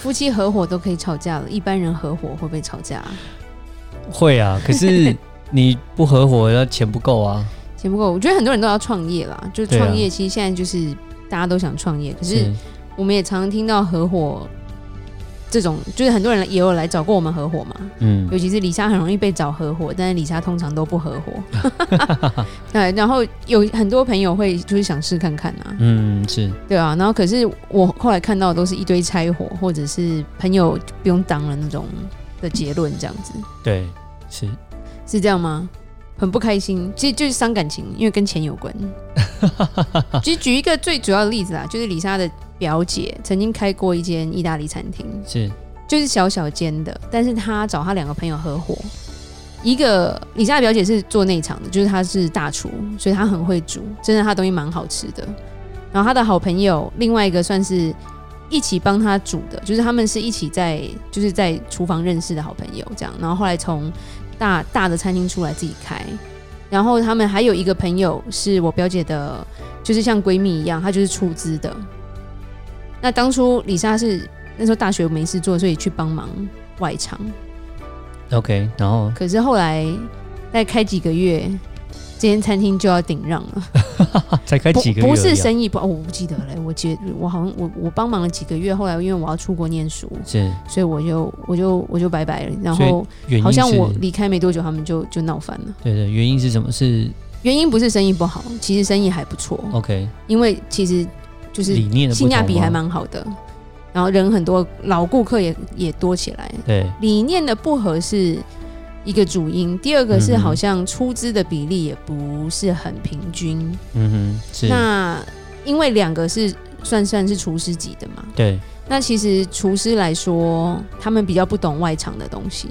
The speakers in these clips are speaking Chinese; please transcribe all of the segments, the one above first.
夫妻合伙都可以吵架了，一般人合伙会不会吵架啊？会 啊，可是你不合伙，那钱不够啊，钱不够，我觉得很多人都要创业啦。就是对啊创业，其实现在就是大家都想创业，可是我们也常听到合伙这种，就是很多人也有来找过我们合伙嘛。嗯，尤其是李莎很容易被找合伙，但是李莎通常都不合伙。 对，然后有很多朋友会就是想试看看啊，嗯是，对啊。然后可是我后来看到都是一堆拆伙，或者是朋友不用当了那种的结论，这样子对是，是这样吗？很不开心，其实就是伤感情，因为跟钱有关。其实举一个最主要的例子啊，就是李莎的表姐曾经开过一间意大利餐厅，是就是小小间的，但是他找他两个朋友合伙。一个李莎的表姐是做内场的，就是她是大厨，所以她很会煮，真的她东西蛮好吃的。然后她的好朋友另外一个算是一起帮她煮的，就是他们是一起在就是在厨房认识的好朋友这样。然后后来从大大的餐厅出来自己开，然后他们还有一个朋友是我表姐的，就是像闺蜜一样，她就是出资的。那当初李莎是那时候大学没事做，所以去帮忙外场。 OK，然后可是后来再开几个月，这间餐厅就要顶让了。才开几个月而已啊、不不是生意不，哦我不记得了。我记，我好像我我帮忙了几个月，后来因为我要出国念书，是所以我就我就我就拜拜了。然所以后原因好像是我离开没多久，他们就就闹翻了。对对，原因是什么？是原因不是生意不好，其实生意还不错， OK，因为其实就是哦理念的不性价同啊比吗还蛮好的，然后人很多，老顾客也也多起来。对，理念的不合是一个主因，第二个是嗯哼好像出资的比例也不是很平均。嗯哼，是那因为两个是算算是厨师级的嘛，对那其实厨师来说，他们比较不懂外场的东西，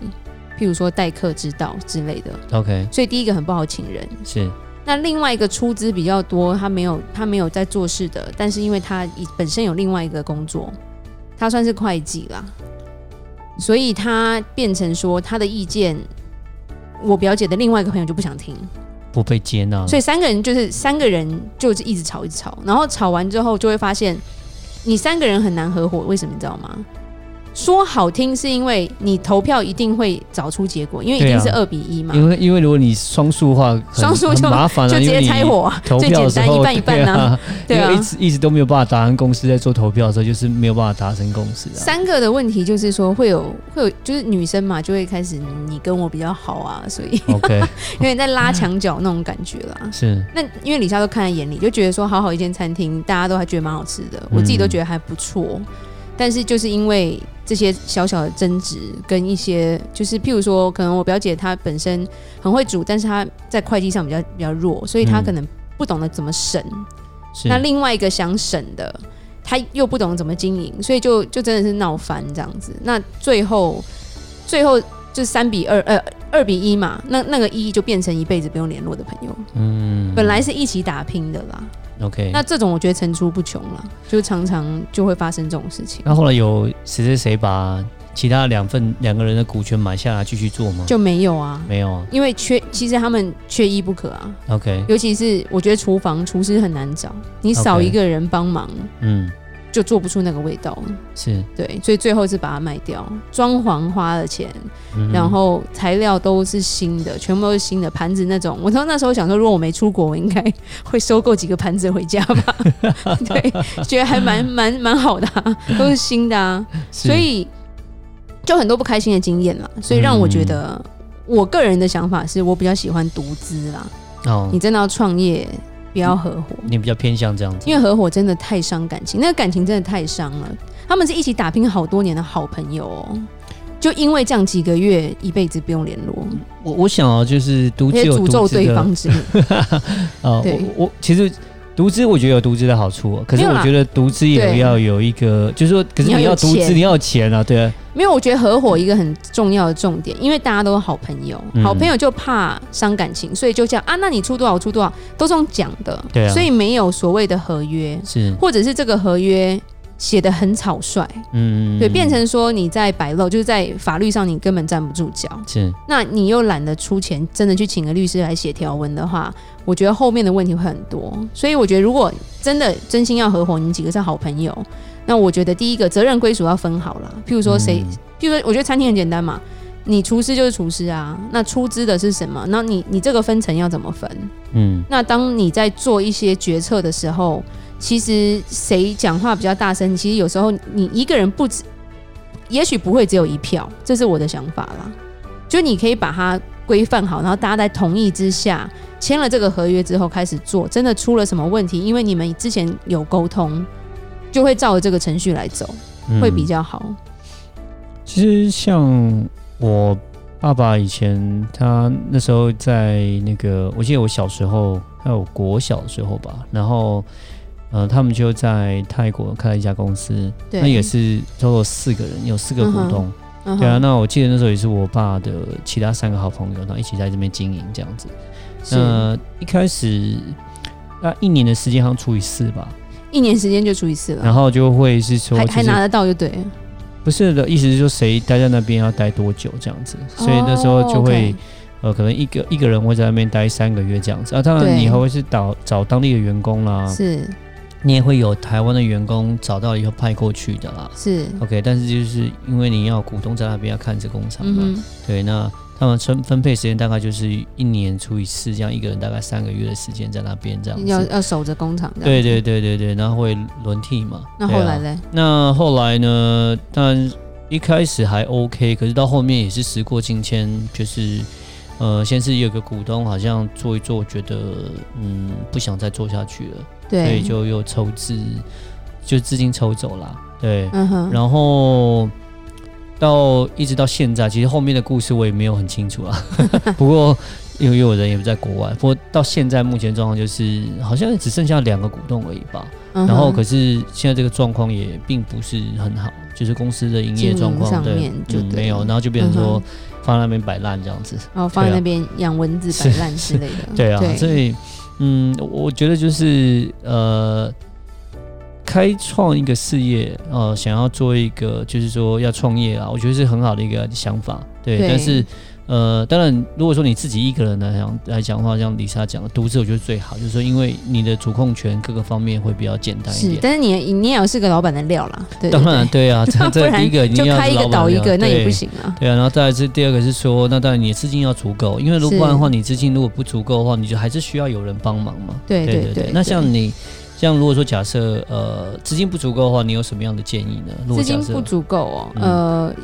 譬如说待客之道之类的， OK 所以第一个很不好请人。是那另外一个出资比较多，他没有他没有在做事的，但是因为他以本身有另外一个工作，他算是会计啦，所以他变成说他的意见，我表姐的另外一个朋友就不想听，不被接纳，所以三个人就是三个人就是一直吵一直吵，然后吵完之后就会发现，你三个人很难合伙，为什么你知道吗？说好听是因为你投票一定会找出结果，因为一对定啊是二比一嘛，因为因为如果你双数的话，很双数很就麻烦啊，就直因为接你拆伙啊，投最票的简时单候一半一半啊。对对啊因为一直一直都没有办法达成共识，在做投票的时候就是没有办法达成共识啊。三个的问题就是说会有会有，就是女生嘛就会开始你跟我比较好啊， 所以 OK 有点在拉墙角那种感觉啦。是那因为李莎都看在眼里，就觉得说好好一间餐厅，大家都还觉得蛮好吃的，我自己都觉得还不错。但是就是因为这些小小的争执跟一些，就是譬如说，可能我表姐她本身很会煮，但是她在会计上比较比较弱，所以她嗯可能不懂得怎么省，是那另外一个想省的，他又不懂怎么经营，所以就就真的是闹翻这样子。那最后最后就三比二，呃，二比一嘛。那那个一就变成一辈子不用联络的朋友，嗯本来是一起打拼的啦。 OK 那这种我觉得层出不穷啦，就常常就会发生这种事情，那后来有谁谁谁把其他两份两个人的股权买下来继续做吗？就没有啊。没有啊因为缺，其实他们缺一不可啊， OK 尤其是我觉得厨房厨师很难找，你少 OK 一个人帮忙嗯就做不出那个味道了，是对，所以最后是把它卖掉，装潢花了钱，嗯然后材料都是新的，全部都是新的盘子那种。我从那时候想说，如果我没出国，我应该会收购几个盘子回家 吧。对，觉得还蛮蛮蛮好的、啊， 都是新的啊，是所以就很多不开心的经验啦。所以让我觉得，嗯我个人的想法是我比较喜欢独资啦。哦你真的要创业，不要合伙。你比较偏向这样子，因为合伙真的太伤感情，那个感情真的太伤了。他们是一起打拼好多年的好朋友哦，就因为这样几个月，一辈子不用联络，我我想啊，就是独而自且有诅独咒自的 对方之类。啊，对我我其实独资我觉得有独资的好处、啊，可是没有我啦觉得独资也对要有一个，就是说，可是你要你有要独资，钱你要有钱啊，对啊， 没有，我觉得合伙一个很重要的重点，因为大家都是好朋友，嗯好朋友就怕伤感情，所以就这样啊，那你出多少我出多少，都是用讲的，对啊所以没有所谓的合约，是，或者是这个合约写的很草率，嗯，对，变成说你在摆漏，就是在法律上你根本站不住脚，是，那你又懒得出钱，真的去请个律师来写条文的话，我觉得后面的问题会很多。所以我觉得，如果真的真心要合伙，你们几个是好朋友，那我觉得第一个责任归属要分好了。譬如说谁，譬如说，我觉得餐厅很简单嘛，你厨师就是厨师啊，那出资的是什么？那你你这个分成要怎么分？嗯，那当你在做一些决策的时候，其实谁讲话比较大声，其实有时候你一个人不止，也许不会只有一票，这是我的想法啦。就你可以把它规范好，然后大家在同意之下签了这个合约之后开始做，真的出了什么问题，因为你们之前有沟通，就会照着这个程序来走，嗯会比。较好。其实像我爸爸以前，他那时候在那个，我记得我小时候，还有国小的时候吧，然后呃，他们就在泰国开了一家公司，对，那也是超过四个人，有四个股东。嗯哼，对啊，那我记得那时候也是我爸的其他三个好朋友，然后一起在这边经营这样子。是那一开始。那一年的时间好像除以四吧，一年时间就出一次了然，后就会是说，啊还其还实拿得到就对了，不是的意思是说谁待在那边要待多久这样子，所以那时候就哦会、 ，OK 呃，可能一个一个人会在那边待三个月这样子啊。当对然你还会是找找当地的员工啦，是你也会有台湾的员工找到以后派过去的啦。是， OK，但是就是因为你要股东在那边要看着工厂嘛，嗯哼，对，那他们分分配时间大概就是一年除以四，这样一个人大概三个月的时间在那边这样要子。要守着工厂这样对子对对对对，然后会轮替嘛。那对后啊来嘞？那后来呢？但一开始还 OK，可是到后面也是时过境迁，就是呃，先是有个股东好像做一做，觉得嗯不想再做下去了，所以对，啊就又抽资，就资金抽走了。对，嗯哼，然后到一直到现在，其实后面的故事我也没有很清楚 啊。不过因为有人也不在国外，不过到现在目前状况就是好像只剩下两个股东而已吧。嗯哼然后可是现在这个状况也并不是很好，就是公司的营业状况经营上对面就对没有，了然后就变成嗯说放在那边摆烂这样子。然哦后放在对啊那边养蚊子、是摆烂之类的。对啊，所以嗯，我我觉得就是呃，开创一个事业，呃，想要做一个就是说要创业啊，我觉得是很好的一个想法。对，对但是。呃，当然，如果说你自己一个人来讲来讲的话，像李莎讲的，独自我觉得最好，就是说，因为你的主控权各个方面会比较简单一是点，。但是你也你也要是个老板的料啦，对，当然，对啊，这 不这第一个然你就要开一个老板倒一要个，那也对不行啊。对啊，然后再来是第二个是说，那当然你的资金要足够，因为如果是不然的话，你资金如果不足够的话，你就还是需要有人帮忙嘛。对对对对那像你，像如果说假设呃资金不足够的话，你有什么样的建议呢？如果资假金设不足够哦，嗯呃，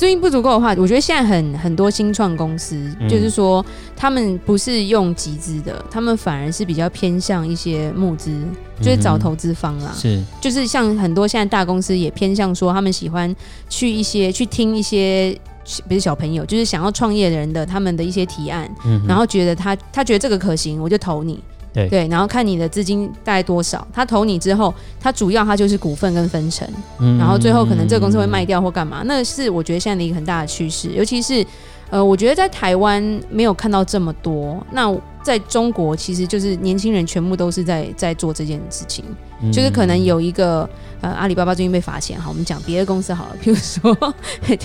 资金不足够的话，我觉得现在很很多新创公司，嗯就是说他们不是用集资的，他们反而是比较偏向一些募资，就是嗯找投资方啦。是就是像很多现在大公司也偏向说，他们喜欢去一些去听一些，不是小朋友，就是想要创业的人的他们的一些提案，嗯哼然后觉得他他觉得这个可行，我就投你。对然后看你的资金大概多少，他投你之后，他主要他就是股份跟分成，嗯然后最后可能这个公司会卖掉或干嘛，那是我觉得现在的一个很大的趋势，尤其是呃，我觉得在台湾没有看到这么多，那在中国其实就是年轻人全部都是在在做这件事情。嗯就是可能有一个呃，阿里巴巴最近被罚钱，好，我们讲别的公司好了， 比如说，对，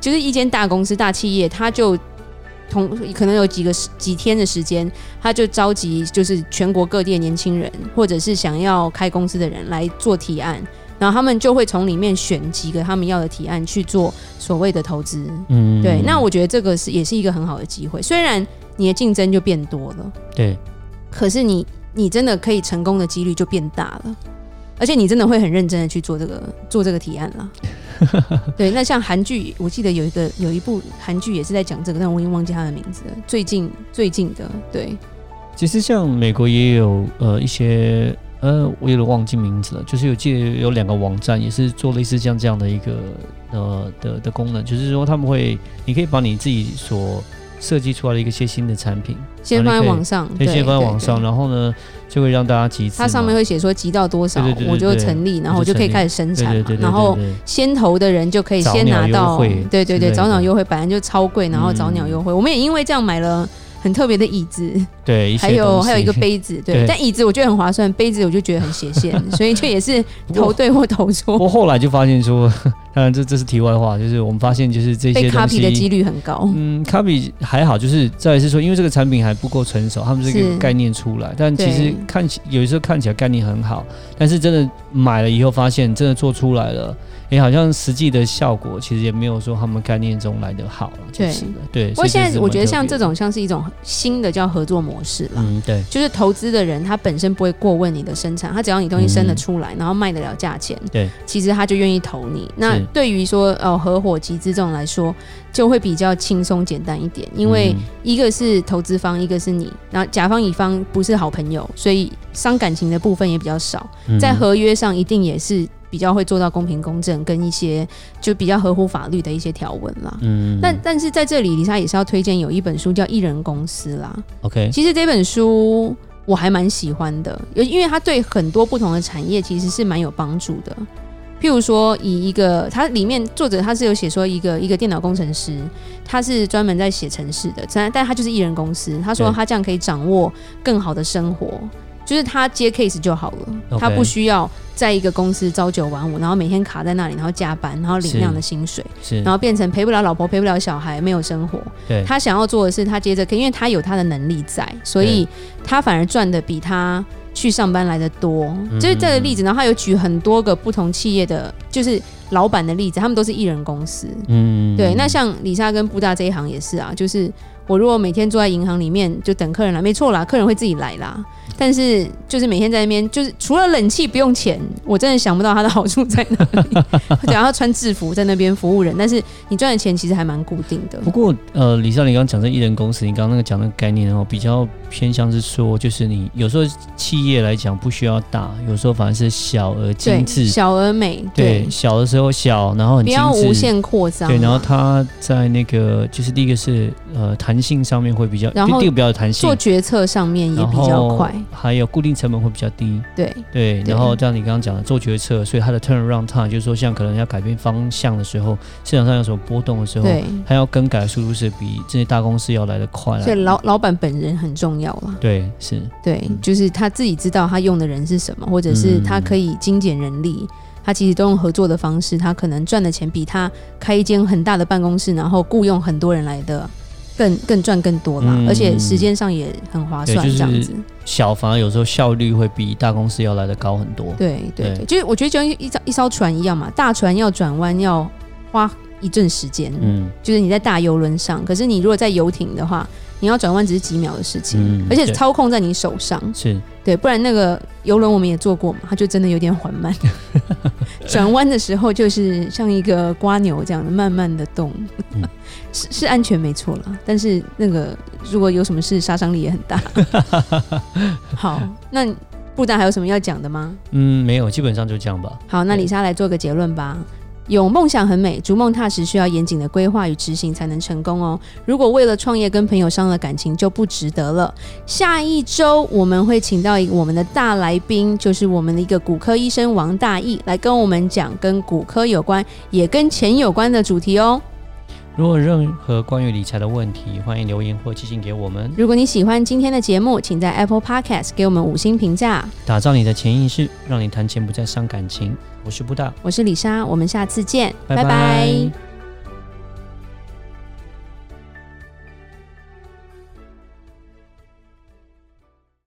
就是一间大公司、大企业，它就同可能有几个时几天的时间，它就召集就是全国各地的年轻人，或者是想要开公司的人来做提案，然后他们就会从里面选几个他们要的提案去做所谓的投资。嗯对，那我觉得这个是也是一个很好的机会，虽然你的竞争就变多了。对可是你你真的可以成功的几率就变大了，而且你真的会很认真的去做这个做这个提案啦。 对，那像韩剧，我记得有一个有一部韩剧也是在讲这个，但我已经忘记它的名字了。最近最近的，对，其实像美国也有呃一些呃，我有点忘记名字了，就是有记得有两个网站也是做类似像这样的一个呃的的功能，就是说他们会，你可以把你自己所设计出来了一个些新的产品，先放在网上，哦可以对先放在对网对上，然后呢就会让大家集资嘛。它上面会写说集到多少对对对，对我就对成立，然我后我就就可以成立开始生对产对嘛对对，对然后对先投的人就可以早先鸟拿优到惠，对对之类对，的早鸟优惠本来就超贵，然后早鸟嗯优惠，我们也因为这样买了很特别的椅子，对，一些还有东西还有一个，杯子，对对，但椅子我觉得很划算，杯子我就觉得很斜线，所以就也是 不过投对或 投不错，过后来就发现说， 当然这这是题外话，就是我们发现就是这被些东 copy 的几西，率很高。嗯，卡比还好，就是再来是说，因为这个产品还不够成熟，他们这个是概念出来，但其实对看起有时候看起来概念很好，但是真的买了以后发现真的做出来了。也好像实际的效果其实也没有说他们概念中来的好了，就是了对。所不过以这现是在我蛮觉得特像别这的，种像是一种新的叫合作模式啦，嗯，对，就是投资的人他本身不会过问你的生产，他只要你东西生得嗯出来，然后卖得了价钱，对，其实他就愿意投你。那是对于说呃合伙集资这种来说，就会比较轻松简单一点，因为嗯一个是投资方，一个是你，然后甲方乙方不是好朋友，所以伤感情的部分也比较少，嗯在合约上一定也是比较会做到公平公正，跟一些就比较合乎法律的一些条文啦。嗯，但但是在这里，李莎也是要推荐有一本书叫《艺人公司》啦。 OK，其实这本书我还蛮喜欢的，有因为它对很多不同的产业其实是蛮有帮助的。譬如说，以一个它里面作者他是有写说一个一个电脑工程师，他是专门在写程式的，但但他就是艺人公司，他说对他这样可以掌握更好的生活。就是他接 case 就好了 OK 他不需要在一个公司朝九晚五，然后每天卡在那里，然后加班，然后领是那样的薪水。是然后变成陪不了老婆，陪不了小孩，没有生活。嗯对嗯他想要做的是，他接着可以，因为他有他的能力在，所以他反而赚的比他去上班来的多。嗯就是这个例子，然后他有举很多个不同企业的，就是老板的例子，他们都是艺人公司。嗯对，那像李莎跟布大这一行也是啊，就是我如果每天坐在银行里面就等客人来，没错啦，客人会自己来啦。但是就是每天在那边，就是除了冷气不用钱，我真的想不到它的好处在哪里。 想要穿制服在那边服务人，但是你赚的钱其实还蛮固定的。不过，呃，李少，你刚刚讲这艺人公司，你刚刚那个讲那个概念哦，比较偏向是说，就是你有时候企业来讲不需要大，有时候反而是小而对精，致。小而美，对，小的时候小，然后很不精要致。无限扩张啊。对，然后它在那个就是第一个是呃弹性上面会比较，然后第一个比较有弹性做，决策上面也然比较后快。还有固定成本会比较低。对，对，对然后像你刚刚讲的做决策，所以它的 turnaround time 就是说，像可能要改变方向的时候，市场上有什么波动的时候，对，它要更改的速度是比这些大公司要来的快啦。所以老老板本人很重要啦。对是，对，嗯就是他自己知道他用的人是什么，或者是他可以精简人力。他其实都用合作的方式，他可能赚的钱比他开一间很大的办公室，然后雇佣很多人来的更更赚更多啦，嗯而且时间上也很划算，对就是这样子。小反而有时候效率会比大公司要来的高很多。对对对对，就是我觉得就像一艘一艘船一样嘛，大船要转弯要花一阵时间，嗯，就是你在大游轮上，可是你如果在游艇的话，你要转弯只是几秒的事情，嗯而且对操控在你手上。是对，不然那个游轮我们也坐过嘛，它就真的有点缓 慢。转弯的时候就是像一个瓜牛这样的慢慢的动，嗯 是是安全没错啦，但是那个如果有什么事，杀伤力也很 大。好，那布达还有什么要讲的吗？嗯，没有，基本上就这样吧。好，那对李莎来做个结论吧。有梦想很美，逐梦踏实需要严谨的规划与执行才能成功哦。如果为了创业跟朋友伤了感情，就不值得了。下一周我们会请到一我们的大来宾，就是我们的一个骨科医生王大义，来跟我们讲跟骨科有关，也跟钱有关的主题哦。如果有任何关于理财的问题，欢迎留言或寄信给我们。如果你喜欢今天的节目，请在 Apple Podcast 给我们五星评价。打造你的潜意识，让你谈钱不再伤感情。我是布大，我是李莎，我们下次见，拜拜